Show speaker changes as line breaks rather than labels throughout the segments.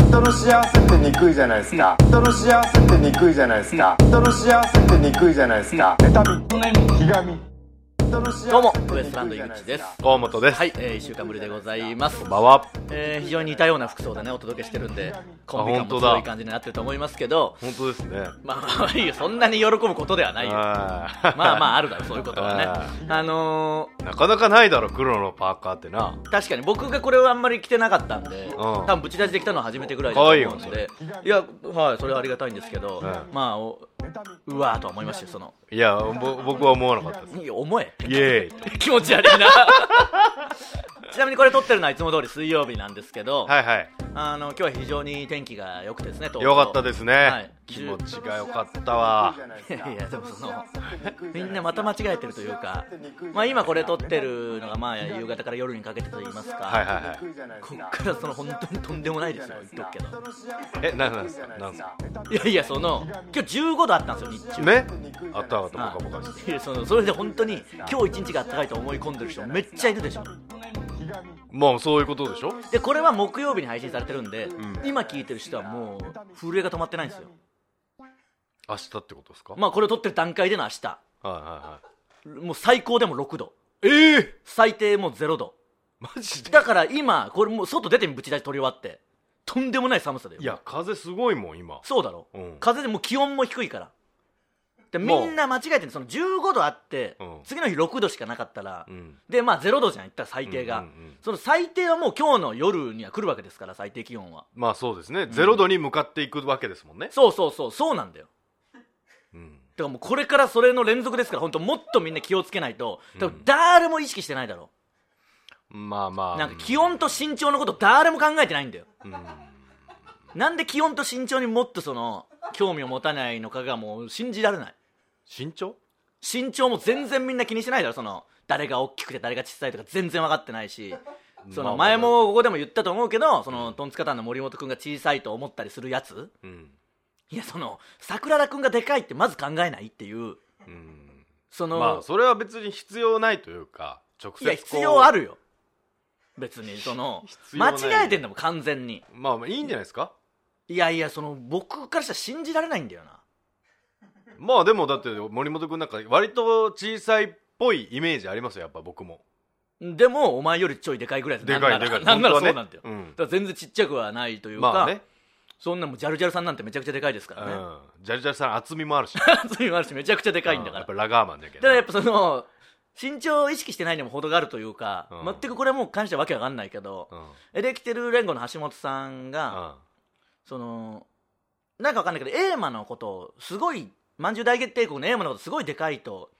人の幸せってにくいじゃないですか人の幸せってにくいじゃないですか人の幸せってにくいじゃないですか妬みひがみど
どうもウエストランド井口です
河本です。
はい、えー、1週間ぶりでございます
こんばんは。
えー非常に似たような服装でねお届けしてるんでコンビ感も
本当
す
だ
ごい感じになってると思いますけど
本当ですね。
まあまあ いいよそんなに喜ぶことではないよま
は
あ
い
まああるだろうそういうことはね
は
あの
なかなかないだろ、黒のパーカーってな。
ー確かに僕がこれをあんまり着てなかったんで、多分ぶち出しできたのは初めてぐらいだと思うんでいやはいそれはありがたいんですけど、
うん
まあおうわーとは思いましたよその
いや、ぼ僕は思わなかったです。
いや思え
イエーイと。
気持ち悪いな ちなみにこれ撮ってるのはいつも通り水曜日なんですけど、
はいはい。
あの今日は非常に天気が良くてですね東京
よかったですね。
はい
気持ちがよかったわ。
いやでもそのみんなまた間違えてるというか、まあ、今これ撮ってるのがまあ夕方から夜にかけてと言いますか、
はいはいはい。
こっからその本当にとんでもないですよ言っとくけど
え、な、なんすかなんすか
いやいやその今日15度あったんですよ日中
ねあったかった、
は
ぽかぽかして。
いいやそのそれで本当に今日一日が暖かいと思い込んでる人めっちゃいるでしょ
まあ、そういうことでしょ
でこれは木曜日に配信されてるんで、
ん
今聞いてる人はもう震えが止まってないんですよ
明日ってことですかはい
まあこれを撮ってる段階での明日
は
もう最高でも6度
いはい。ええ
最低もう0度
マジで
だから今これもう外出てみぶち出し取り終わってとんでもない寒さだよ
いや、風すごいもん、今。
そうだろ、
うん
風でもう気温も低いからでみ
もうん
な間違えてるその15度あって、
うん
次の日6度しかなかったら、
うん。
でまあ0度じゃんいったら最低が、
うんうんうん
その最低はもう今日の夜には来るわけですから最低気温は
まあそうですね。ゼロ度に向かっていくわけですもんね。
そうそうそうそうなんだよ
うん。
だからもうこれからそれの連続ですから本当もっとみんな気をつけないと多分誰も意識してないだろ
まあま
う、
あ。
なんか気温と身長のこと誰も考えてないんだよ、なんで気温と身長にもっとその興味を持たないのかがもう信じられない
身長
身長も全然みんな気にしてないだろその誰が大きくて誰が小さいとか全然分かってないしそ
まあ
の前もここでも言ったと思うけどそのトンツカタンの森本君が小さいと思ったりするやつ
うん。
いやその桜田君がでかいってまず考えないっていう
うん。
その、
まあそれは別に必要ないというか直接
いや必要あ
る
るよ別にその
必要
間
ない
違えてんだもん完全に
まあまあいいんじゃないですか
いやいやその僕からしたら信じられないんだよな
まあでもだって森本君なんか割と小さいっぽいイメージありますよやっぱ僕も
でもお前よりちょいでかいぐらいです
でか
ないんな
で
ら
かい
なんならそ
本
う
当
な
は
ん
ね
だよ、
うん
だから全然ちっちゃくはないというか、
まあね
そんなもんジャルジャルさんなんてめちゃくちゃでかいですか
う
らね、
んジャルジャルさん厚みもあるし
そういうのあるしめちゃくちゃでかいんだから、
やっぱ
だか
ラガーマンだけど
らやっぱその身長を意識してないにも程があるというか、
うん
全くこれはもう感謝わけわかんないけど、
うん
エレキテル連合の橋本さんが、そのなんかわかんないけどエーマのことをすごいまんじゅう大帝国のエーマのことすごいでかいと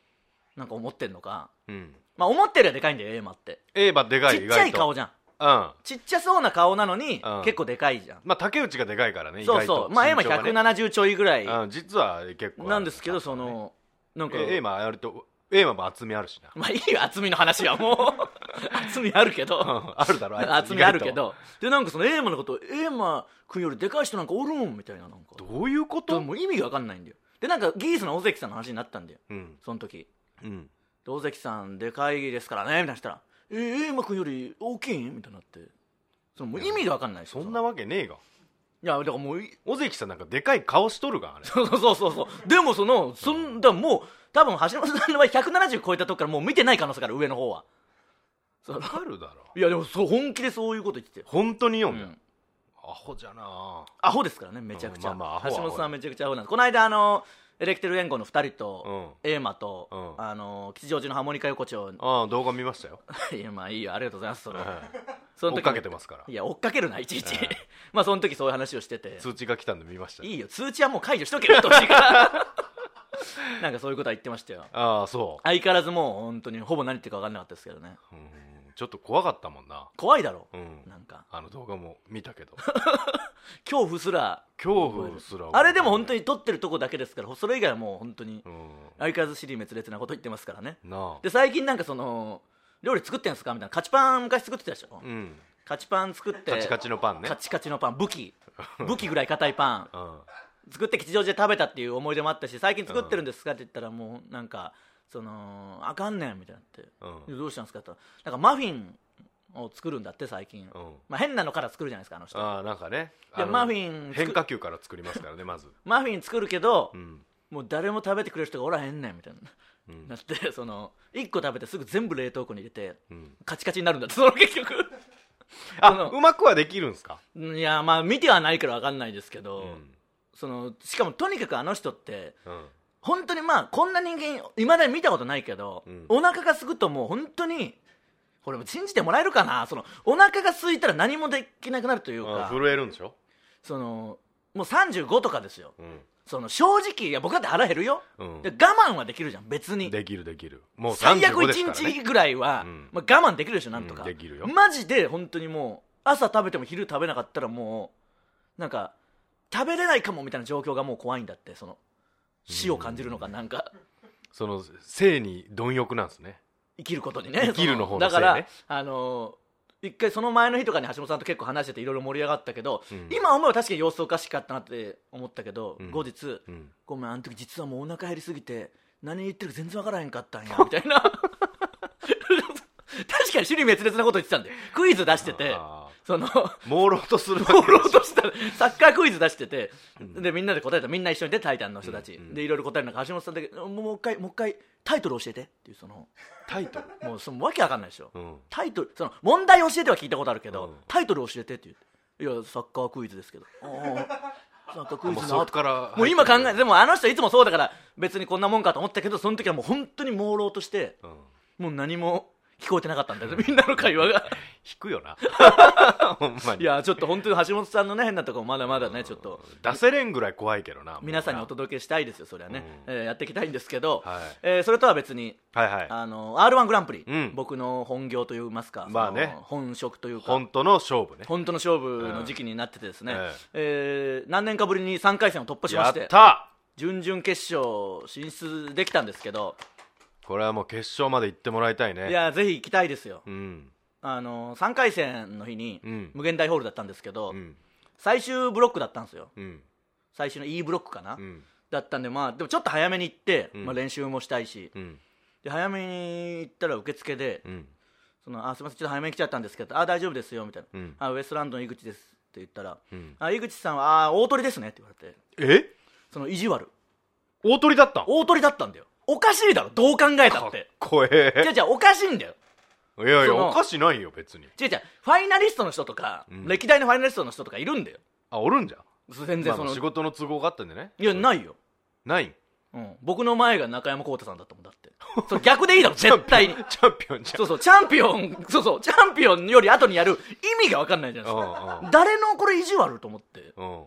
なんか思ってんのか
うんうん
まあ思ってるよりはでかいんだよエーマって
エーバでか
ち
い
っちゃい
意外と
顔じゃん
うん
ちっちゃそうな顔なのに、
うん
結構でかいじゃん
まあ竹内がでかいからね意
そう
外と
そうまあエーマ
身長がね
170ちょいぐらい
うん実は結構ある
なんですけどそのなんか
えエーマ割とエーマも厚みあるしな
まあいいよ厚みの話は もう厚みあるけ
う
ど
んあるだろいつ
厚みあるけどでなんかそのエーマのことエーマ君よりでかい人なんかおるんみたいななんか
意外とどういうこ
で
と
もう意味が分かんないんだよでなんかギースの尾関さんの話になったんだよ
うん
その時
うん
「で尾関さんでかいですからね」みたいなしたら「えー、エーマ君より大きいん?」みたいになってそのもう意味が分かんない
そんなわけねえが
いやだからもうい
尾関さんなんかでかい顔しとるがあれ
そうそうそうそうでもそのそんだからもう多分橋本さんの場合170超えたとこからもう見てない可能性がある上の方は
わかるだろ
いやでもそう本気でそういうこと言ってたよ、
本当に読
うん
だよ、
ん、
アホじゃな
アホですからねめちゃくちゃ、
うんまあまあアホは
橋本さん
アホ
はめちゃくちゃアホなんですこの間あのエレキテル連合の2人と、エーマと、
うん
あの吉祥寺のハーモニカ横丁
ああ動画見 ましたよ、
いやまあいいよありがとうございますそれは
はい
その
追っ
時
かけてますから
いや追っかけるないちいち、
うん
まあその時そういう話をしてて
通知が来たんで見ましたよ
いいよ通知はもう解除しとけよ年が なんかそういうことは言ってましたよ
ああそ
相変わらずもう本当にほぼ何言ってるか分かんなかったですけどね
ううんちょっと怖かったもんな
怖いだろ、
うん
なんか
あの動画も見たけど
恐怖すら
恐怖すら
あれでも本当
に
に撮ってるとこだけですからそれ以外はもう本当に
うん
相変わらず尻滅裂なこと言ってますからね
なあ
で最近なんかその料理作ってんすかみたいなカチパン昔作ってたでしょ、
うん
カチパン作って
カチカチのパンね
カチカチのパン武 器武器ぐらい硬いパン
うん
作って吉祥寺で食べたっていう思い出もあったし最近作ってるんですかって言ったらもうなんかそのあかんねんみたいになって
うん
でどうしたんですかって言ったらなんかマフィンを作るんだって最近、
うん
まあ、変なのから作るじゃないですかあの人
ああなんかね
いや
あの
マフィン作
変化球から作りますからねまず
マフィン作るけど、
うん
もう誰も食べてくれる人がおらへんねんみたいな、
うん
なってその1個食べてすぐ全部冷凍庫に入れて
うん
カチカチになるんだってその結局そ
あ
の
うまくはできるんですか
いやまあ見てはないから分かんないですけ
う
ど、
ん
そのしかもとにかくあの人って
うん
本当にまあこんな人間いまだに見たことないけど、
うん
お腹がすくともう本当にこれも信じてもらえるかなそのお腹が空いたら何もできなくなるというか
あ震えるんでしょ
そのもう35とかですよ
うん
その正直いや僕だって腹減るよ、
うん
で我慢はできるじゃん別に
できるできるもう
最悪
35ですから
1
ね
日ぐらいは、
うん
まあ、我慢できるでしょなんとか、
うんできるよ
マジで本当にもう朝食べても昼食べなかったらもうなんか食べれないかもみたいな状況がもう怖いんだってその死を感じるのかなんか、
その性に貪欲なんですね
生きることにね
生きるの方のせ
だか
いね
らあのー一回その前の日とかに橋本さんと結構話してていろいろ盛り上がったけど、
うん
今思えば確かに様子おかしかったなって思ったけど、
うん
後日
うん
ごめんあの時実はもうお腹減りすぎて何言ってるか全然わからへんかったんや みたいな確かに種類滅裂なこと言ってたんでクイズ出してて
あ
そ の
ー朦朧とするわけ
通ろう
でしょ
としたサッカークイズ出してて、でみんなで答えたみんな一緒にでタイタンの人たち、
うんうん
でいろいろ答える中橋本さんだけもうもう一回もう一回タイトル教えてっていうその
タイトル
もうそのわけわかんないでしょ、
うん
タイトルその問題教えては聞いたことあるけど、
うん
タイトル教えてって言ういやサッカークイズですけどあ あサッカークイ
もう
ズ
そ
な
っから
もう今考えでもあの人いつもそうだから別にこんなもんかと思ったけどその時はもう本当に朦朧として
うん
もう何も聞こえてなかったんだよみんなの会話が
引 くよなほんまに
いやちょっと本当に橋本さんのね変なとこもまだまだねちょっと
出せれんぐらい怖いけどな
皆さんにお
もう
届けしたいですよそれはね、
う
えーやっていきたいんですけど、
はい
えーそれとは別に
なはいは
あの r 1グランプリ、
うん
僕の本業といいますか、
まあね
その本職という
い
か
本当の勝負ね
本当の勝負の時期になっててですね、
うん
えー何年かぶりに3回戦を突破しま
や
し
ってた
準々決勝進出できたんですけど、
これはもう決勝まで行ってもらいたいね
いやぜひ行きたいですよ、
うん
あの3回戦の日に、
うん
無限大ホールだったんですけど、
うん
最終ブロックだったんですよ
うん
最終の E ブロックかな、
うん
だったんでまあでもちょっと早めに行って、
うん
まあ、練習もしたいし、
うん
で早めに行ったら受付で
うん
「そのあすみませんちょっと早めに来ちゃったんですけどあ大丈夫ですよ」みたいな、
うん
あ「ウエストランドの井口です」って言ったら「
うん
あ井口さんはあ大鳥ですね」って言われて
え
その意地悪
大鳥だったん
大鳥だったんだよおかしいだろどう考えた
か
っ
ってこえ
違う違うおかしいんだよ
えいやい
そ
や
の
おかしないよ別に
違う違うファイナリストの人とか、
ん
歴代のファイナリストの人とかいるんだよ
あおるんじゃん
全
ま
然
あ
そ
まあ
の、
仕事の都合があったんでね
いやないよ、
ないん
うん、僕の前が中山浩太さんだったもんだって それ逆でいいだろ絶対に
チャンピオンじゃん
そうそうチャンピオンそうそうチャンピオンより後にやる意味が分かんないじゃないですか
う
誰のこれ意地悪と思って
んうんうん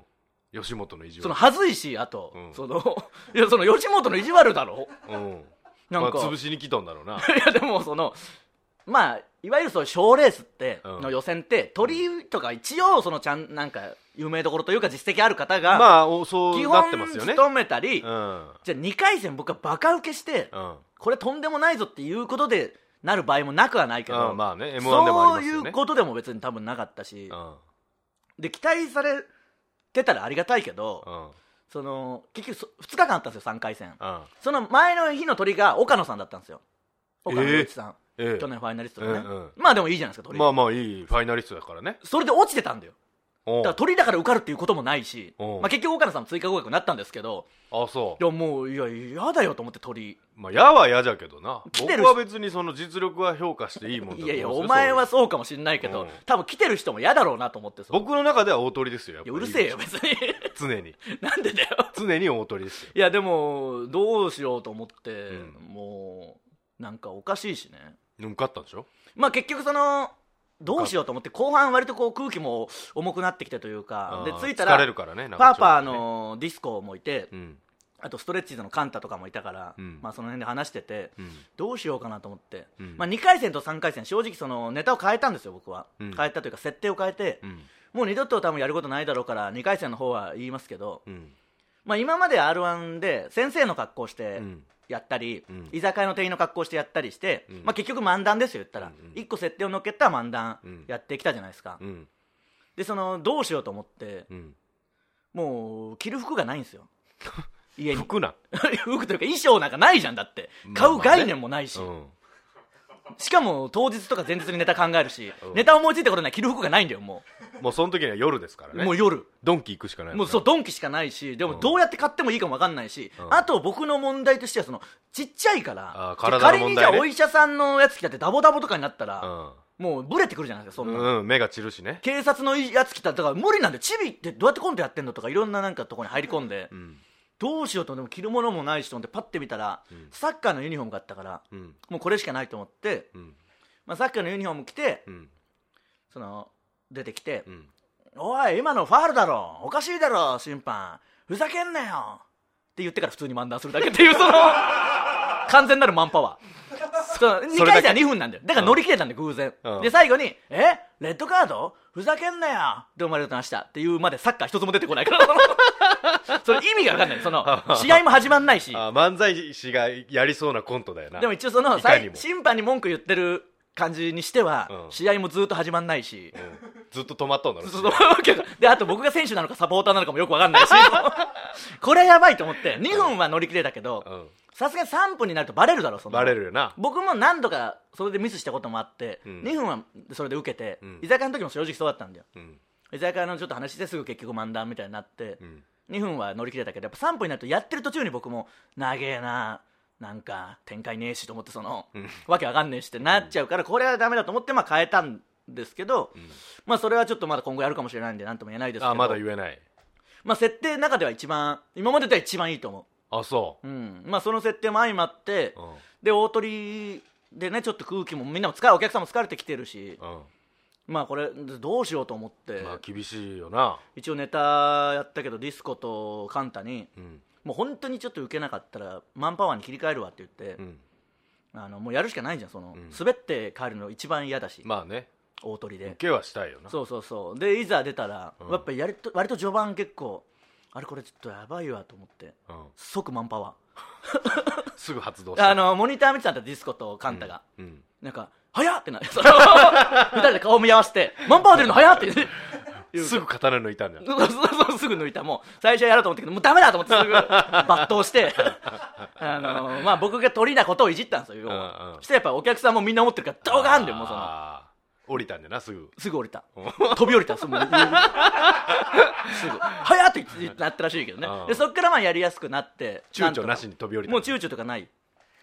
吉本の意地
その
悪
恥ずいしあと、
うん
その いやその吉本の意地悪だろ
うん
なんか、
まあ 潰しに来たんだろうな
いやでもそのまあいわゆるその賞レースって、
うん
の予選って鳥とか一応そのちゃんなんか有名どころというか実績ある方が、
まあおそう
基
な
本
ってますよね
勤めたり、
うん
じゃあ2回戦僕はバカ受けして、
うん
これとんでもないぞっていうことでなる場合もなくはないけど、
うんまあね M1 でもありますよね
そういうことでも別に多分なかったし、
うん
で期待されてたらありがたいけど、
うん
その結局そ2日間あったんですよ3回戦
うん
その前の日の鳥が岡野さんだったんですよ岡野陽一さん、
ええ
去年ファイナリストのね、
えええ
まあでもいいじゃないですか鳥、
まあまあいいファイナリストだからね
それで落ちてたんだよ
お
だから鳥だから受かるっていうこともないし、
おう
まあ、結局岡野さんも追加合格になったんですけど
あそ
いやもういや嫌だよと思って鳥
うまあ嫌は嫌じゃけどな
来てる
僕は別にその実力は評価していいもんだと思うん
い
で
やい
すよ
やお前は
そ
そうかもしれないけど、
うん
多分来てる人も嫌だろうなと思ってそう
れ僕の中では大鳥ですよやっ
い
ぱ
や
り
うるせえよ別に
常に
なんでだよ
常に大鳥ですよ
いやでもどうしようと思って、
うん
もうなんかおかしいしね
でも受かったんでしょ
まあ結局そのどうしようと思って後半割とこう空気も重くなってきてというかで
あー
着いた
疲れ
ら
るからね
パ
長丁場
ー
ね
パーのディスコもいて
うん
あとストレッチーズのカンタとかもいたから、
うん
まあその辺で話してて
うん
どうしようかなと思って、
うん
まあ2回戦と3回戦正直そのネタを変えたんですよ僕は、
うん
変えたというか設定を変えて、
うん
もう二度と多分やることないだろうから2回戦の方は言いますけど、
うん
まあ、今まで r 1で先生の格好して
うん
やったり、
うん
居酒屋の店員の格好してやったりして、
うん
まあ、結局漫談ですよ言ったら、
うんうん
一1個設定を乗っけたら漫談
うん
やってきたじゃないですか、
うん
でそのどうしようと思って
うん
もう着る服がないんです よ家に
服なん
服というか衣装なんかないじゃんだって
まあ
買う
まあね
概念もないし、
うん
しかも当日とか前日にネタ考えるし、
うん
ネタ思いついたことない着る服がないんだよも
もうその時には夜ですから
う、
ね
もう夜
ドンキ行くしかない
もうそうドンキしかないしでもどうやって買ってもいいかも分かんないし、
うん
あと僕の問題としてはそのちっちゃいから
あー体の
仮に
問題ね
じゃあお医者さんのやつ来たってダボダボとかになったら、
う
もうブレてくるじゃないですかそん
ん、
な、
うんうん、目が散るしね、
警察のやつ来ただから無理なんだよチビってどうやってコントやってんのとかいろんななんかとこに入り込んで、
うん
どうしようと思ってでも着るものもないしと思ってパッて見たら、
ん
サッカーのユニフォームがあったから
うん
もうこれしかないと思って、
うん
まあ、サッカーのユニフォーム着て
うん
その出てきて、
うん
おい今のファールだろおかしいだろ審判ふざけんなよって言ってから普通に漫談するだけっていうそ の完全なるマンパワーそう2
それ
回
だけ
戦は2分なんだよだから乗り切れたんだよ偶然、
うん
で最後に「えレッドカードふざけんなよ」って思われてましたっていうまでサッカー一つも出てこないから その意味が分かんないそ の試合も始まんないし
あ漫才師がやりそうなコントだよな
でも一応その
いかに
最
も
審判に文句言ってる感じにしては、
うん
試合もずっと始まんないし、
うんずっと止まっとんだろ
そうそうけどであと僕が選手なのかサポーターなのかもよくわかん ないしこれやばいと思って2分は乗り切れたけ
う
ど
ん、
さすがに3分になるとバレるだろその
バレるよな
僕も何度かそれでミスしたこともあって、
うん
2分はそれで受けて、
うん
居酒屋の時も正直そうだったんだよ
うん
居酒屋のちょっと話してすぐ結局漫談みたいになって、
うん
2分は乗り切れたけどやっぱ3分になるとやってる途中に僕も長えななんか展開ねえしと思ってその、
ん
わけわかんねえしってなっちゃうからこれはダメだと思ってまあ変えたんですけど、まあそれはちょっとまだ今後やるかもしれないんでなんとも言えないですけど
あまだ言えない
まあ設定の中では一番今まででは一番いいと思、
あそう
うんまあ、その設定も相まって、
う
で大鳥でねちょっと空気もみんなも疲れお客さんも疲れてきてるし、
うん、うん
まあこれどうしようと思って、
まあ厳しいよな
一応ネタやったけどディスコとカンタに
うん
もう本当にちょっと受けなかったらマンパワーに切り替えるわって言って
う、ん
あのもうやるしかないじゃんその、
ん
滑って帰るの一番嫌だし、
まあね
大鳥で
受けはしたいよな
そうそうそうでいざ出たら、
うん
やっぱやりと割と序盤結構あれこれちょっとやばいわと思って
うん、
即マンパワ
すぐ発動し
ー
た
あのモニター見てたんだディスコとカンタが、
うん、
なんか「早っ!」ってなる その二人で顔見合わせて「マンパワー出るの早っ!」って 言う
すぐ刀抜いたんだよ
そうそうそうすぐ抜いたもう最初はやろうと思ったけどもうダメだと思ってすぐ抜刀して あのまあ僕が鳥なことをいじったんですよ、要は
うんうん
そしてやっぱお客さんもみんな思ってるからドカンでもうその
あー降りたんだよなすぐ
すぐ降りた飛び降りたすぐすぐ 早っってなったらしいけどね
うん
でそっからまあやりやすくなって
躊躇なしに飛び降りた
もう躊躇とかない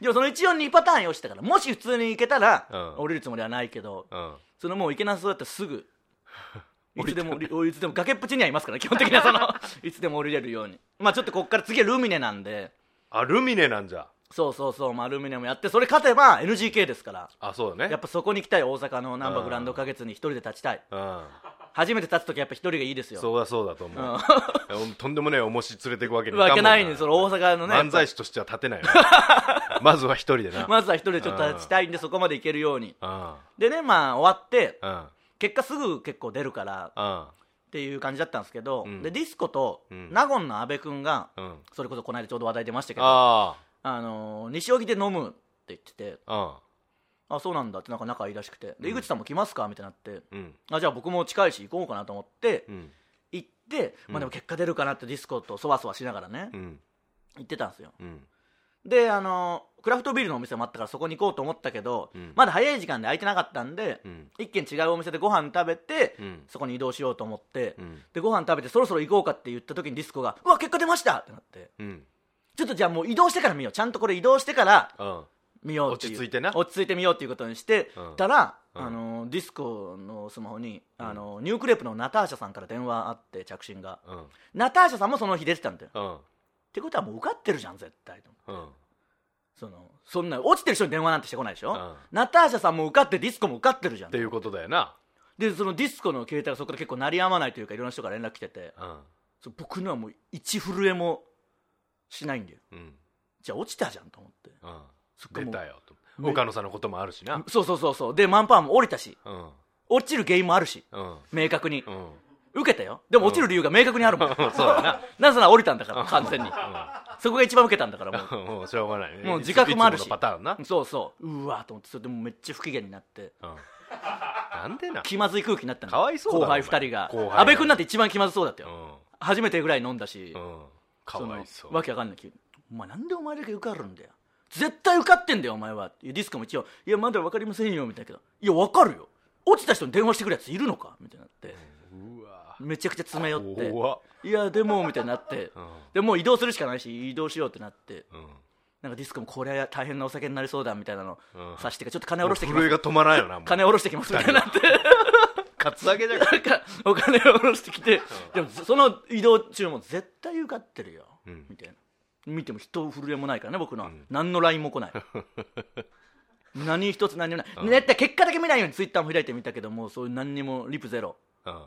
でもその一応2パターン用意したからもし普通に行けたら、
うん
降りるつもりはないけど、
うん
そのもう行けなさそうだったらす ぐいつでも降りいつでも崖っぷちにはいますから基本的 にはそのいつでも降りれるようにまあちょっとこっから次はルミネなんで
あルミネなんじゃ
そうそうそう、まあ、ルミネもやってそれ勝てば NGK ですから
あそうだね
やっぱそこに行きたい大阪の難波グランド花月に一人で立ちたい初めて立つ時やっぱ一人がいいです
うん、
よ
そうだそうだと思う、い やとんでもねえ重し連れていくわけにいかんもん
わけないねその大阪のね
漫才師としては立てないよ まずは一人でな、
まずは一人でちょっと立ちたいんでそこまで行けるように
あ
でねまあ終わって
うんうん
結果すぐ結構出るからっていう感じだったんですけど、
うん
でディスコと
うん
納言の阿部君が、
うんうん
それこそこの間ちょうど話題出ましたけど
あ
あのー西荻で飲むって言ってて
あ
あそうなんだってなんか仲いいらしくてで井口さんも来ますかみたいになって
うんうん
あじゃあ僕も近いし行こうかなと思って
うん
行って、まあ、でも結果出るかなってディスコとそわそわしながらね
うん
行ってたんですよ
うん
であのークラフトビールのお店もあったからそこに行こうと思ったけど、
うん
まだ早い時間で空いてなかったんで、
うん
一軒違うお店でご飯食べて、
うん
そこに移動しようと思って、
うん
でご飯食べてそろそろ行こうかって言った時にディスコが「うわ結果出ました!」ってなって
うん
ちょっとじゃあもう移動してから見ようちゃんとこれ移動してから
うん
見ようってう
落ち着いてな
落ち着いてみようっていうことにして、
うん
たら、
うん
あのディスコのスマホに、あのニュークレープのナターシャさんから電話あって着信が
うん
ナターシャさんもその日出てたんだよっ
うん
てことはもう受かってるじゃん絶対と
うん
そのそんな落ちてる人に電話なんてしてこないでしょ、
うん
ナターシャさんも受かってディスコも受かってるじゃん
っていうことだよな
でそのディスコの携帯がそこから結構鳴りやまないというかいろんな人から連絡来てて
うん
そう僕のはもう一震えもしないんだよ
うん
じゃあ落ちたじゃんと思って
うん
そっか
出
もう
たよと岡野さんのこともあるしな
そうそうそうそうでマンパワーも降りたし
うん
落ちる原因もあるし
うん
明確に、
うん
受けたよでも落ちる理由が明確にあるもん、
うんそうだな
なぜなら降りたんだから完全に、そこが一番受けたんだからも
うんもうしょうがないね
もう自覚もあるし
いつのパターンな
うそうそううわーと思ってそれでもうめっちゃ不機嫌になって
うんなんでな
気まずい空気になったの
かわいそうだ
後
ろ
輩
お前
2人が
後輩が
阿部君なんて一番気まずそうだった
う
よ、
ん
初めてぐらい飲んだし、
うんか
その
わいそう
わけわかんない急にお前なんでお前だけ受かるんだよ絶対受かってんだよお前はディスコも一応「いやまだ分かりませんよ」みたいなけど「いや分かるよ落ちた人に電話してくるやついるのか」みたいになって
うわ
めちゃくちゃ詰め寄って
怖っ
「いやでも」みたいになって
うん
でもう移動するしかないし移動しようってなって
うん
なんかディスコもこれは大変なお酒になりそうだみたいなの
うん
察してかちょっと金
も
下
う
ろしてきま
震え
す
が止まらないよなもう
金下ろしてきますみたいになって
カツアゲじゃん
なんかお金を下ろしてき て、でもその移動中も絶対受かってるよ、
うん
みたいな見ても人震えもないからね僕のは、
ん
何の LINE も 来ない何一つ何にもない、ねって結果だけ見ないようにツイッターも開いてみたけどもうそういう何にもリプゼロ
うん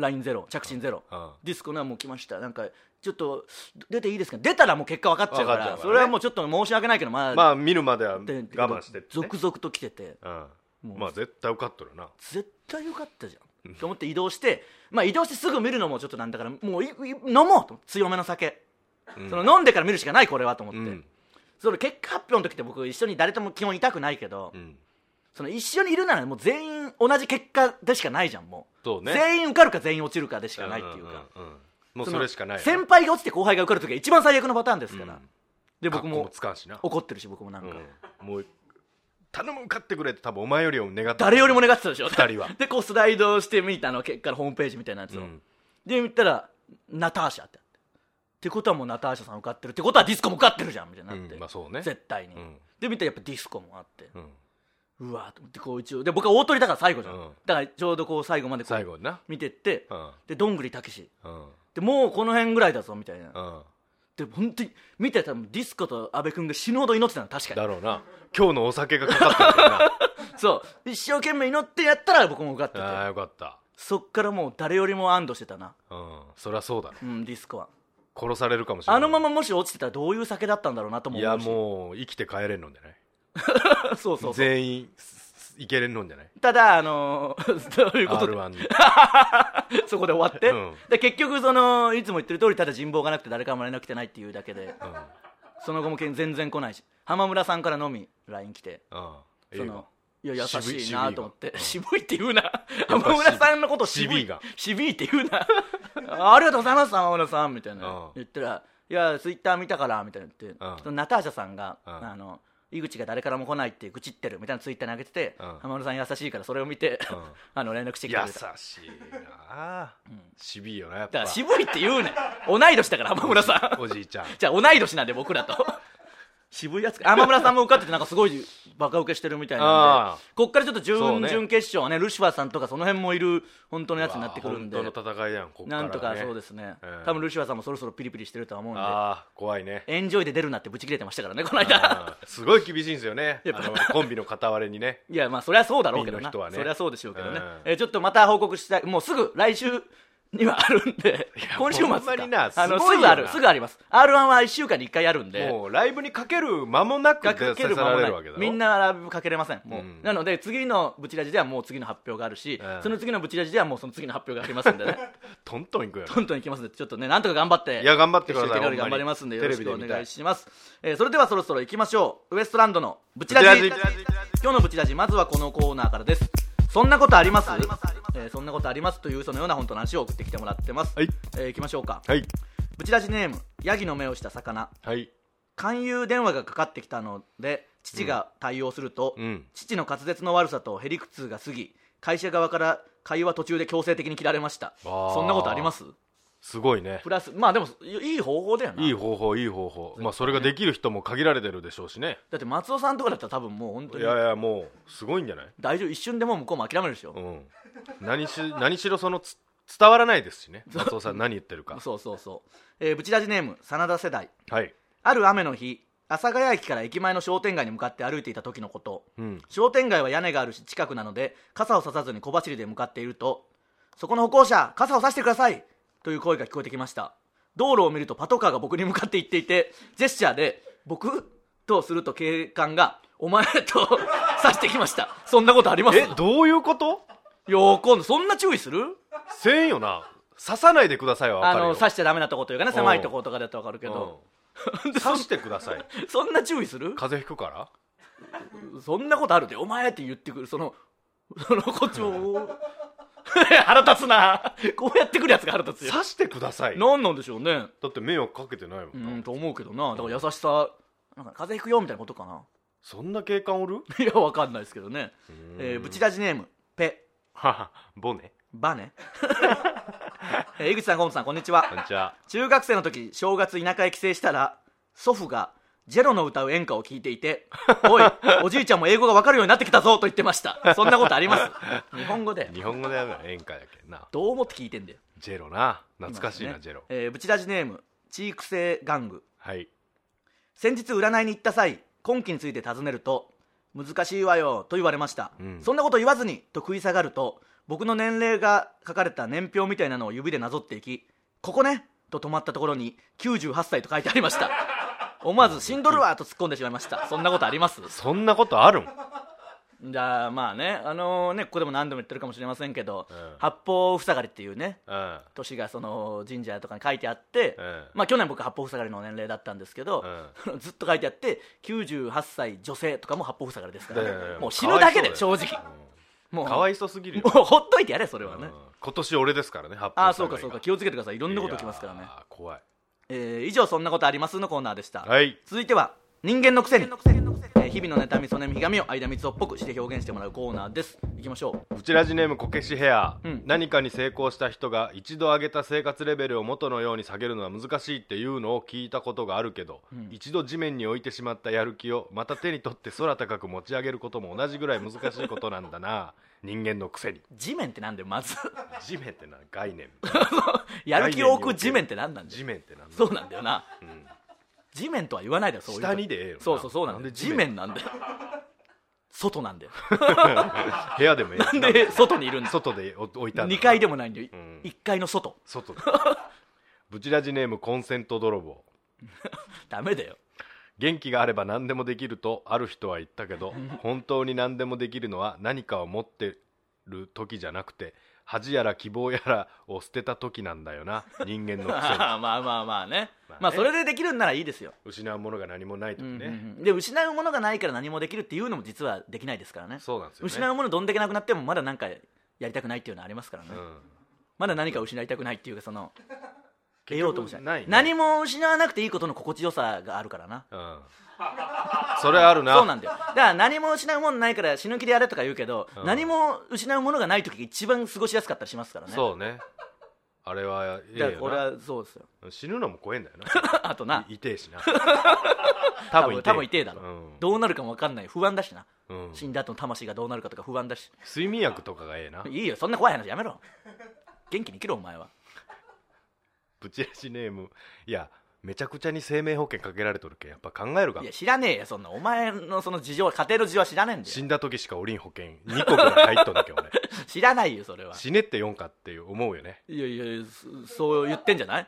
LINE ゼロ着信ゼロ、
うん
ディスコなもう来ましたなんかちょっと出ていいですか出たらもう結果分かっちゃうから
分かっちゃうからね
それはもうちょっと申し訳ないけどまあ、
まあ見るまでは我
で
慢してってね
続々と来てて
うん
もう
まあ絶対受かっとるな
絶対よかったじゃんと思って移動して、まあ、移動してすぐ見るのもちょっとなんだからもういい飲もうと強めの酒、
うん
その飲んでから見るしかないこれはと思って、
うん
その結果発表の時って僕一緒に誰とも基本いたくないけど、
うん
その一緒にいるならもう全員同じ結果でしかないじゃんもう
そうね
全員受かるか全員落ちるかでしかないっていうか、
んうんうんもうそれしかないよ
先輩が落ちて後輩が受かる時が一番最悪のパターンですから、
うん
で僕
格好
も
つかんしな
怒ってるし僕もなんか、
うんもう頼む勝ってくれって多分お前よりも願って
誰よりも願ってたでしょ
二人は
でこうスライドしてみたの結果のホームページみたいなやつを、
うん
で見たらナターシャってあってってことはもうナターシャさん受かってるってことはディスコも受かってるじゃんみたいになって、
うんまあそうね
絶対に、
うん
で見たらやっぱディスコもあって
う、ん
うわーと思ってこう一応で僕は大鳥だから最後じゃん、
うん
だからちょうどこう最後までこ
最
う
後にな
見てって、
うん
でどんぐりたけし
うん
でもうこの辺ぐらいだぞみたいな、
うん
で本当に見てたらもうディスコと阿部君が死ぬほど祈ってたの確かに
だろうな今日のお酒がかかって るからな
そう一生懸命祈ってやったら僕も受かってて
ああよかった
そっからもう誰よりも安堵してたな、
うんそりゃそうだろ
うん、ディスコは
殺されるかもしれな
あ
い
のままもし落ちてたらどういう酒だったんだろうなとも思
いや
うし
もう生きて帰れんのんじゃな
そう
い
そうそう
全員すいけれんのんじゃない
ただあの ーそういうことで
R1 に
そこで終わって、
うん
で結局そのいつも言ってる通りただ人望がなくて誰からも連絡来てないっていうだけで、その後もけん全然来ないし浜村さんからのみ LINE 来て
うんいい
そ
よ
のいや優
渋い
しいなと思って渋いって言うな
ぱ
浜村さんのこと渋
渋
い
いが
渋いって言うなあありがとうございます浜村さんみたい
うん
な言ったらいやツイッター見たからみたいな言って
うん
そのナターシャさんが
うん
あの井口が誰からも来ないって愚痴ってるみたいなツイッターに上げてて
うん
浜村さん優しいからそれを見て
うん
あの連絡してき
優
てくれただ
しいな渋いよなやっ
から
ぱ
渋いって言うな同い年だから浜村さん
おじいちゃん
じゃあ同い年なんで僕らと 渋いやつか浜村さんも受かっててなんかすごいバカ受けしてるみたいなん
あ
でこっからちょっと準
そうね
々決勝はねルシファーさんとかその辺もいる本当のやつになってくるんで
うわ本当の戦いやんこっから
な
ね
んとかそうですね
うん
多分ルシファーさんもそろそろピリピリしてるとは思うんで
ああ怖いね
エンジョイで出るなってブチ切れてましたからねこの間
あーすごい厳しいんですよねあ
やっぱ
のコンビの片割れにね
いやまあそりゃそうだろうけど
ピンの
な、
人はね
そりゃそうでしょうけどね、
うん
えーちょっとまた報告したいもうすぐ来週にはあるんで
や
今週末か
ほんまにな
あの
すご
す
いよ
ぐ
な
あるすぐあります r 1は1週間に1回やるんで
もうライブにかける間もなく
か
出
け
さ
る
せ
間
ら
も
れ
ない
るわけだろ
みんなライブかけれませんもう、
ん
なので次のブチラジではもう次の発表があるし、
うん
その次のブチラジではもうその次の発表がありますんで ね
トントンいくよね
トントンいきますんでちょっとねなんとか頑張って
いや頑張ってください
決勝行けるよう
ほ
に頑
ん
張
まに
りますんでよろしくお
テレビで見た
願い
い
します、えーそれではそろそろ行きましょうウエストランドのブチラジ
ブチラジ
今日のブチラジまずはこのコーナーからですそんなことありますえーそんなことありますというそのような本当の話を送ってきてもらってます、
はい
えー行きましょうか、
はい
ブチラジネームヤギの目をした魚
はい
勧誘電話がかかってきたので父が対応すると、
うん
父の滑舌の悪さとへりくつが過ぎ会社側から会話途中で強制的に切られました
あー
そんなことあります
すごいね
プラスまあでもいい方法だよない
い方法いい方法まあそれができる人も限られてるでしょうしね
だって松尾さんとかだったら多分もう本当
い
に
やいやもうすごいんじゃない
大丈夫一瞬でもう向こうも諦めるでしょ、
うん何し何しろそのつ伝わらないですしね松尾さん何言ってるか
そうそうそう、えー、ブチラジネーム真田世代
はい
ある雨の日阿佐ヶ谷駅から駅前の商店街に向かって歩いていた時のこと
うん
商店街は屋根があるし近くなので傘をささずに小走りで向かっているとそこの歩行者傘をさしてくださいという声が聞こえてきました道路を見るとパトカーが僕に向かって行っていてジェスチャーで「僕?」とすると警官が「お前」と さしてきましたそんなことあります
えどういうこと
よー今度そんな注意する
せんよな刺さないでくださいは
あ
分かる
の
よ
刺しちゃダメなとこというかね
ん
狭いとことかだとわかるけど
うん刺してください
そんな注意する
風邪ひくから
そんなことあるでお前って言ってくるそのそのこっちも 腹立つなこうやってくるやつが腹立つよ
刺してくださいだ
何なんでしょうね
って迷惑かけてないも
うん
なん
と思うけどなだから優しさなんか風邪ひくよみたいなことかな
そんな警官おる
いやわかんないですけどね、えーブチラジネームペ
ははボネ
バネ、 えー井口さん河本さんこんにちは
こんにちは
中学生の時正月田舎へ帰省したら祖父がジェロの歌う演歌を聴いていて「おいおじいちゃんも英語が分かるようになってきたぞ」と言ってましたそんなことあり ます日本語で
日本語でやるの演歌やけんな
どう思って聞いてんだよ
ジェロな懐かしいな、ジェロ
えーブチラジネームチークセイ玩具
はい
先日占いに行った際今期について尋ねると「難しいわよ」と言われました、
うん
そんなこと言わずにと食い下がると僕の年齢が書かれた年表みたいなのを指でなぞっていき「ここね」と止まったところに「98歳」と書いてありま した思わず「死んどるわ」と突っ込んでしまいましたそんなことあります
そんなことあるん
じゃあまあねあのねここでも何度も言ってるかもしれませんけど、
うん
八方塞がりっていうね
うん
年がその神社とかに書いてあって、
うん
まあ、去年僕八方塞がりの年齢だったんですけど、ずっと書いてあって98歳女性とかも八方塞がりですからね
だよね
もう死ぬだけで
か
正
わいそうだよ
直もう
かわいそうすぎるよ、
もうほっといてやれそれは
う
ね、
ん今年俺ですからね発
ああそうかそうか気をつけてくださいいろんなこときますからね、
怖い
えー以上「そんなことあります」のコーナーでした、
はい
続いては人間のくせにえー日々の妬みそみひがみを間三つをっぽくして表現してもらうコーナーですいきましょ
ブチラジネームこけしヘア、
うん
何かに成功した人が一度上げた生活レベルを元のように下げるのは難しいっていうのを聞いたことがあるけど、一度地面に置いてしまったやる気をまた手に取って空高く持ち上げることも同じぐらい難しいことなんだ な人間のくせに
う地面ってなんだよまず
地面ってな概念
やる気を置く地面ってなんなんだ
地
よ
面ってなんだ
そうなんだよな、地面とは言わないだろそういう時
下にでええよな
そうそうそうなんだ
な
よ
んで
地
地
面
面
なんだよ外なんだよ
部屋でもええよ
なんで外にいるんだよ
外でお置いたんだ
2階でもないんだよ、
ん
1階の外
外で ブチラジネームコンセント泥棒
ダメだよ
元気があれば何でもできるとある人は言ったけど本当に何でもできるのは何かを持ってる時じゃなくて恥やら希望やらを捨てた時なんだよな人間のくせ に
まあまあまあまあね,、ま
まあね
あ、それでできるんならいいですよ、
失うものが何もない時
うんうんう
ね、
んで失うものがないから何もできるっていうのも実はできないですからね
そうなんですよね
失うものどんだけなくなってもまだ何かやりたくないっていうのはありますからね、
うん
まだ何か失いたくないっていうかその得ようともしない
ないね
何も失わなくていいことの心地よさがあるからな
うん、それあるな
そうなんだよだから何も失うものないから死ぬ気でやれとか言うけど、
うん
何も失うものがない時が一番過ごしやすかったりしますからね
そうねあれはええ
だか
よ
ら
な
俺はそうですよ
死ぬのも怖えんだよな
あ とない
痛えしな
多
多
分
分
多分痛えだろ、
うん
どうなるかも分かんない不安だしな、
うん
死んだ後の魂がどうなるかとか不安だし
睡眠薬とかがええない
いよそんな怖い話やめろ元気に生きろお前は
ブチラシネームいやめちゃくちゃに生命保険かけられとるけんやっぱ考えるが
いや知らねえよそんなお前のその事情は家庭の事情は知らねえんだ
死
よ
んだ時しかおりん保険2個ぐらい入っとんだ けん俺
知らないよそれは
死ねって4かっていう思うよね
いやいやいやそそう言ってんじゃない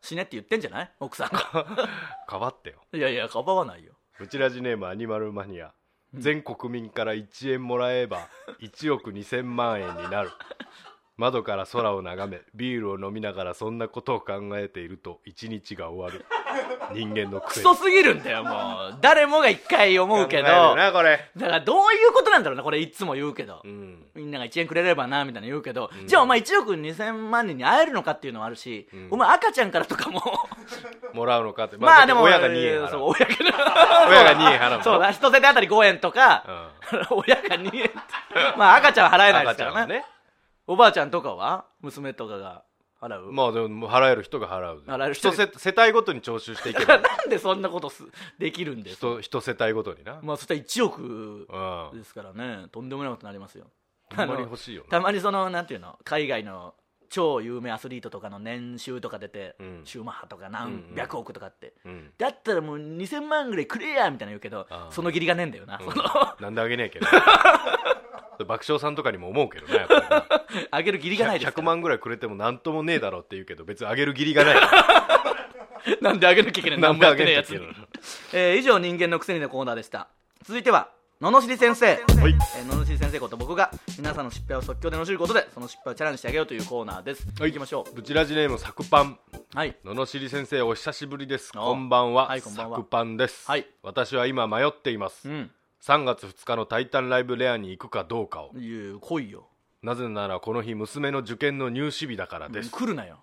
死ねって言ってんじゃない奥さん が
変わってよ
いやいやかばわないよ
ブチラジネームアニマルマニア全国民から1円もらえば1億2000万円になる窓から空を眺めビールを飲みながらそんなことを考えていると一日が終わる人間の
ク
癖
ソすぎるんだよもう誰もが一回思うけど
考えるなこれ
だからどういうことなんだろうなこれいつも言うけど、
うん
みんなが1円くれればなみたいな言うけど、じゃあお前1億2000万人に会えるのかっていうのもあるし、お前赤ちゃんからとかも
もらうのかって
まあでも
親が2円
そ
払
う
う
親が
親が2円払うの
そうだ一世帯あたり5円とか、親が2円ってまあ赤ちゃんは払えないで
赤
す
ち
か
ゃん
ら
は
ね
ね
おばあちゃんとかは娘とかが払う、
まあでも払える人が払う
払える人
人世世帯ごとに徴収してい けば
なんでそんなことすできるんです
人人世帯ごとにな、
まあそしたら1億
うん
ですからねとんでもないことになりますよ
ほんまに欲しいよ
た
な
まにそのなんていうの海外の超有名アスリートとかの年収とか出て、
うん
シューマッハとか何百億とかって、
うん
だったらもう2000万ぐらいくれやみたいな言うけど
あー
その義理がねえんだよな、その
なんであげねえけど爆笑さんとかにも思うけどねやっぱり
あげる義理が
な
ないですか
100
ら
万ぐらいくれても何ともねえだろうって言うけど別にあげる義理がない
なんであげなきゃい けない
な
何
ん
も
で
や
あ
って
げ
ねえ
ねえ
や
や
つに、
つ
えー以上人間のくせにのコーナーでした続いては罵り先生
はい
えー、ののしり先生こと僕が皆さんの失敗を即興で罵ることでその失敗をチャレンジしてあげようというコーナーです、
はい
いきましょ
ブチラジネームサクパン
うはい
ののしり先生お久しぶりです
お
こんばんは,、
はいこんばんは
サクパンです、
はい
私は今迷っています、
うん
3月2日の「タイタンライブレア」に行くかどうかを
いや来いよ
なぜならこの日娘の受験の入試日だからです
来るなよ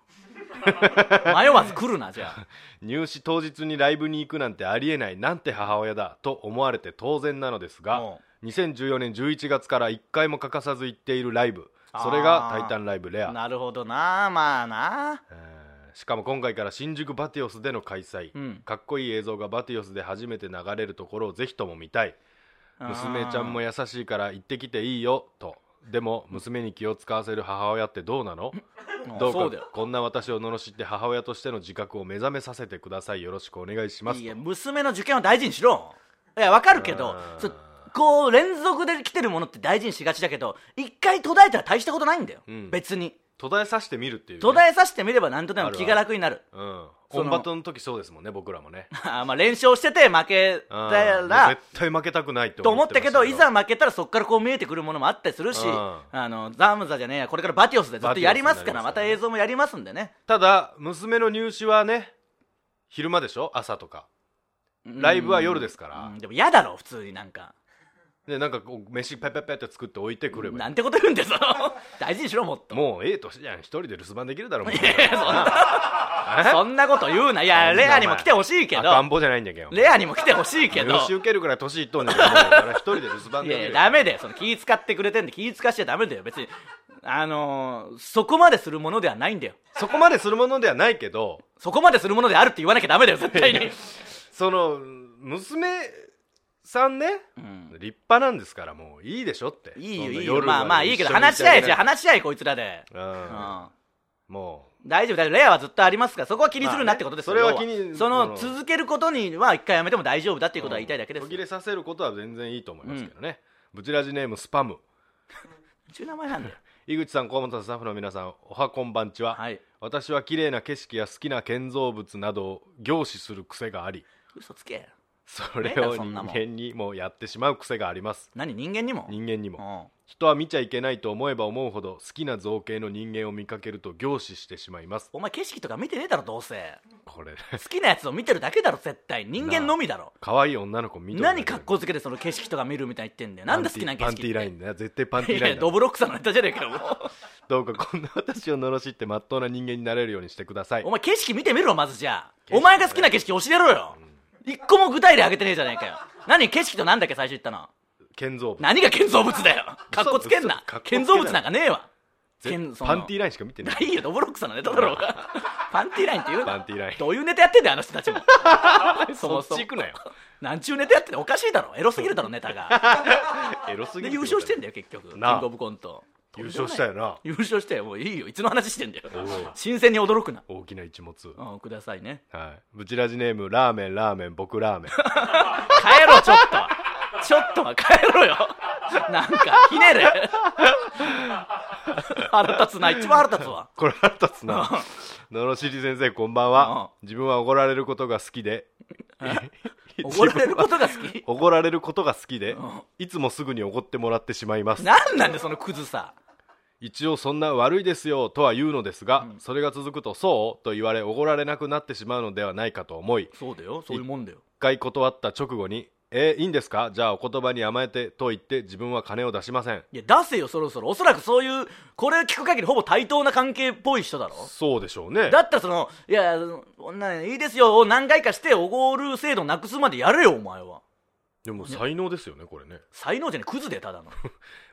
迷わず来るなじゃあ
入試当日にライブに行くなんてありえないなんて母親だと思われて当然なのですが2014年11月から1回も欠かさず行っているライブそれが「
あー
タイタンライブレア」
なるほどなまあな
えーしかも今回から新宿バティオスでの開催、
うん
かっこいい映像がバティオスで初めて流れるところをぜひとも見たい娘ちゃんも優しいから行ってきていいよとでも娘に気を使わせる母親ってどうなの
うん
ど
そう
う
だ
か
よ
こんな私を罵って母親としての自覚を目覚めさせてくださいよろしくお願いします
いや娘の受験は大事にしろいやわかるけどそこう連続で来てるものって大事にしがちだけど一回途絶えたら大したことないんだよ、
うん
別に
途絶えさせてみるっていうね、
途絶えさせてみれば何とでも
あるある
気が楽になる
うん
その
コンバトの時そうですもんね僕らもね
あまあ連勝してて負けた
うんもう
ら
絶対負けたくないって
と
思
思
っ
ってたけど
ま
い
した
ざ負けたらそこからこう見えてくるものもあったりするし
うん
あのザームザじゃねえやこれからバティオスでずっとやりますから
バ
ま
ティオスになりますから
た
ね
映像もやりますんでね
ただ娘の入試はね昼間でしょ朝とかライブは夜ですから
うんでも嫌だろ普通になんか
でなんかこう飯ペッペッペッって作って置いてくればいい
なんてこと言うんだよその 大事にしろもっと
もうええ年じゃん一人で留守番できるだろもう
そんなこと言うないや
そんな
レアにも来てほしいけ
赤ん
ど
坊じゃないんだけど
レアにも来てほしいけど
入試受けるくらい年いっとんじゃんもう一人で留守番
い
でき
やい
る
やダメだよその気使ってくれてんで気使しちゃダメだよ別にあのーそこまでするものではないんだよ
そこまでするものではないけど
そこまでするものであるって言わなきゃダメだよ絶対に、
その娘さんね、
うん
立派なんですからもういいでしょって
いい
そん
よ
ない
いよ
夜
まあまあ
で
いいけど
一緒に行っ
話
ち
し合
ゃ
え
いけ
じゃあ
ない
話し合えこいつらで、うん
うんも
大丈夫大丈夫レアはずっとありますからそこは気にするなってことですよ
まあね
要
それは気に
そ
その
の続けることには一回やめても大丈夫だっていう
う
ことは言いたいだけで
う
す
ん途切れさせることは全然いいと思いますけどね、ブチラジネームスパム
一応名前なんだよ
井口さん河本さんスタッフの皆さんおはこんばんちは、
はい
私は綺麗な景色や好きな建造物などを凝視する癖があり
嘘つけ
それ
ええだろ
を
そ
人
んなもん
間にもやってしまう癖があります
何人間にも
人間にも
うん
人は見ちゃいけないと思えば思うほど好きな造形の人間を見かけると凝視してしまいます
お前景色とか見てねえだろどうせ
これ
好きなやつを見てるだけだろ絶対人間のみだろ
可愛い女の子見とる
何格好づけてその景色とか見るみたいに言ってんだよなんで好きな景色
パンティーライ
ン
ンだよ絶対パンティ
い
ーラ
や
インだ
ドブロックさんのネタじゃねえけ どもう
どうかこんな私を罵ってまっとうな人間になれるようにしてください
お前景色見てみろまずじゃあ
景色ね
お前が好きな景色教えろよ一個も具体例挙げてねえじゃねえかよ何景色と何だっけ最初言ったの
建造物
何が建造物だよ格好つけん
嘘
な
格好つけ
建
ない
造物なんかねえわ
ぜ
建その
パンティーラインしか見てない
ないよドブロックさんのネタだろう がパンティーラインって言う
パ
な
ンティーライン
どういうネタやってんだよあの人た ちもそ
そ
も
っ
そも
ち行くなよ
なんちゅうネタやってんだよおかしいだろエロすぎるだ ろネタが
エロすぎ
で
る
優勝してんだよ結局キング
なあ
オブコント
優勝したよな
優勝してもういいよいつの話してんだよ
おう
新鮮に驚くな
大きな一物
うんくださいね
はいブチラジネームラーメンラーメン僕ラーメン
帰ろうちょっとちょっとは帰ろうよなんかひねれ 腹立つな一番腹立つ わ
これ腹立つな罵り先生こんばんは自分は怒られることが好きで
怒られることが好き
怒られることが好きでいつもすぐに怒ってもらってしまいます
なんなんでそのクズさ
一応そんな悪いですよとは言うのですが、それが続くとそうと言われ怒られなくなってしまうのではないかと思い
そうだよそう
いう
もんだよ
一回断った直後に「えーいいんですかじゃあお言葉に甘えて」と言って自分は金を出しません
いや出せよそろそろおそらくそういうこれ聞く限りほぼ対等な関係っぽい人だろ
そうでしょうね
だったらそのいや女いいですよを何回かしておごる制度なくすまでやれよお前は
でも才能ですよねこれね
才能じゃねえクズでただ の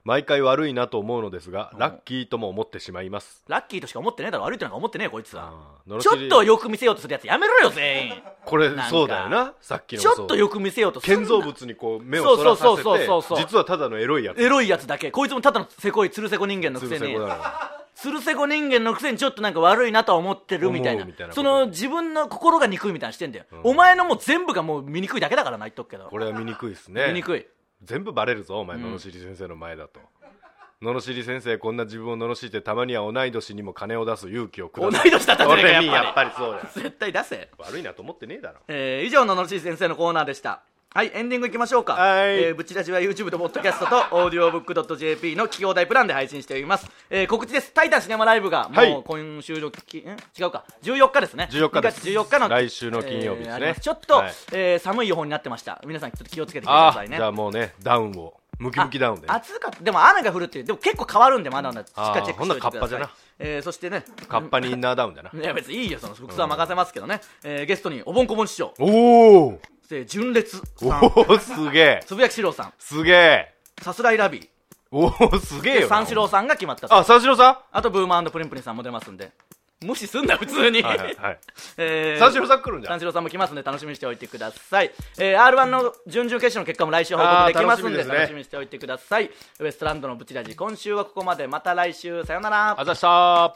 毎回悪いなと思うのですが
うん
ラッキーとも思ってしまいます
ラッキーとしか思ってねえだろ悪いとなんか思ってねえこいつは
うん
ちょっとよく見せようとするやつやめろよ全員
これ
なんか
そうだよなさっきの
ちょっと
そう
よく見せようとする
建造物にこう目をそらさせ
そうそうそう
て
そうそう
実はただのエロいやつ
エロいやつだけこいつもただのせこいつるせこ人間のく
つ
せ
ぶ
に
せこだな
つるせこ人間のくせにちょっとなんか悪いなとは思ってるみたいな
思うみたいなこ
そ
と
の自分の心が憎いみたいなしてんだよ、
ん
お前のもう全部がもう醜いだけだからな言っとくけど
これは醜いですね
醜い
全部バレるぞお前
ん
罵り先生の前だと、罵り先生こんな自分を罵ってたまには同い年にも金を出す勇気をく
同
だ
い
さい
年だったんじゃねえか
俺
やっ
に
ぱり
やっぱりそうだ よ
絶対出せ
悪いなと思ってねえだろ
えー以上ののろしい先生のコーナーでしたはいエンディングいきましょうか
はい
えーブチラジは YouTube と Podcast と audiobook.jp の企業大プランで配信しています、えー告知です「タイタンシネマライブ」が
はい
もう今週のき、ん違うか14日ですね
14日です
2月14日の
来週の金曜日です
えー
ね
ありますちょっと、
はい
えー寒い予報になってました皆さんちょっと気をつけてく
あ
だ
あ
さいね
じゃあもうねダウンをムキムキダウンで、ね
あ、暑かったでも雨が降るっていうでも結構変わるんでまだまだしっかりチェックしておいてください
あーほんならカッパじゃな
えーそしてね
カッパにインナーダウンだな。
いや別にいいよその服装は任せますけどね、えーゲストにおぼんこぼん師匠
おお
そして純烈
お
さん
ーすげえ
つぶやきしろうさん
すげえ
さすらいラビー
おおすげえ
で
よ
三四郎
さ
さんが決まったと
んあ三四郎さん
あとブーマンプリンプリンさんも出ますんで無視すんな普通に、
はいはいはい
えー
三四郎さん来るんじゃ
三
ん
四郎さんも来ますので楽しみにしておいてください、えー、r 1の準々決勝の結果も来週報告できますので
あー楽しみですね
楽しみにしておいてくださいウエストランドのブチラジ今週はここまでまた来週さようなら
あざしたー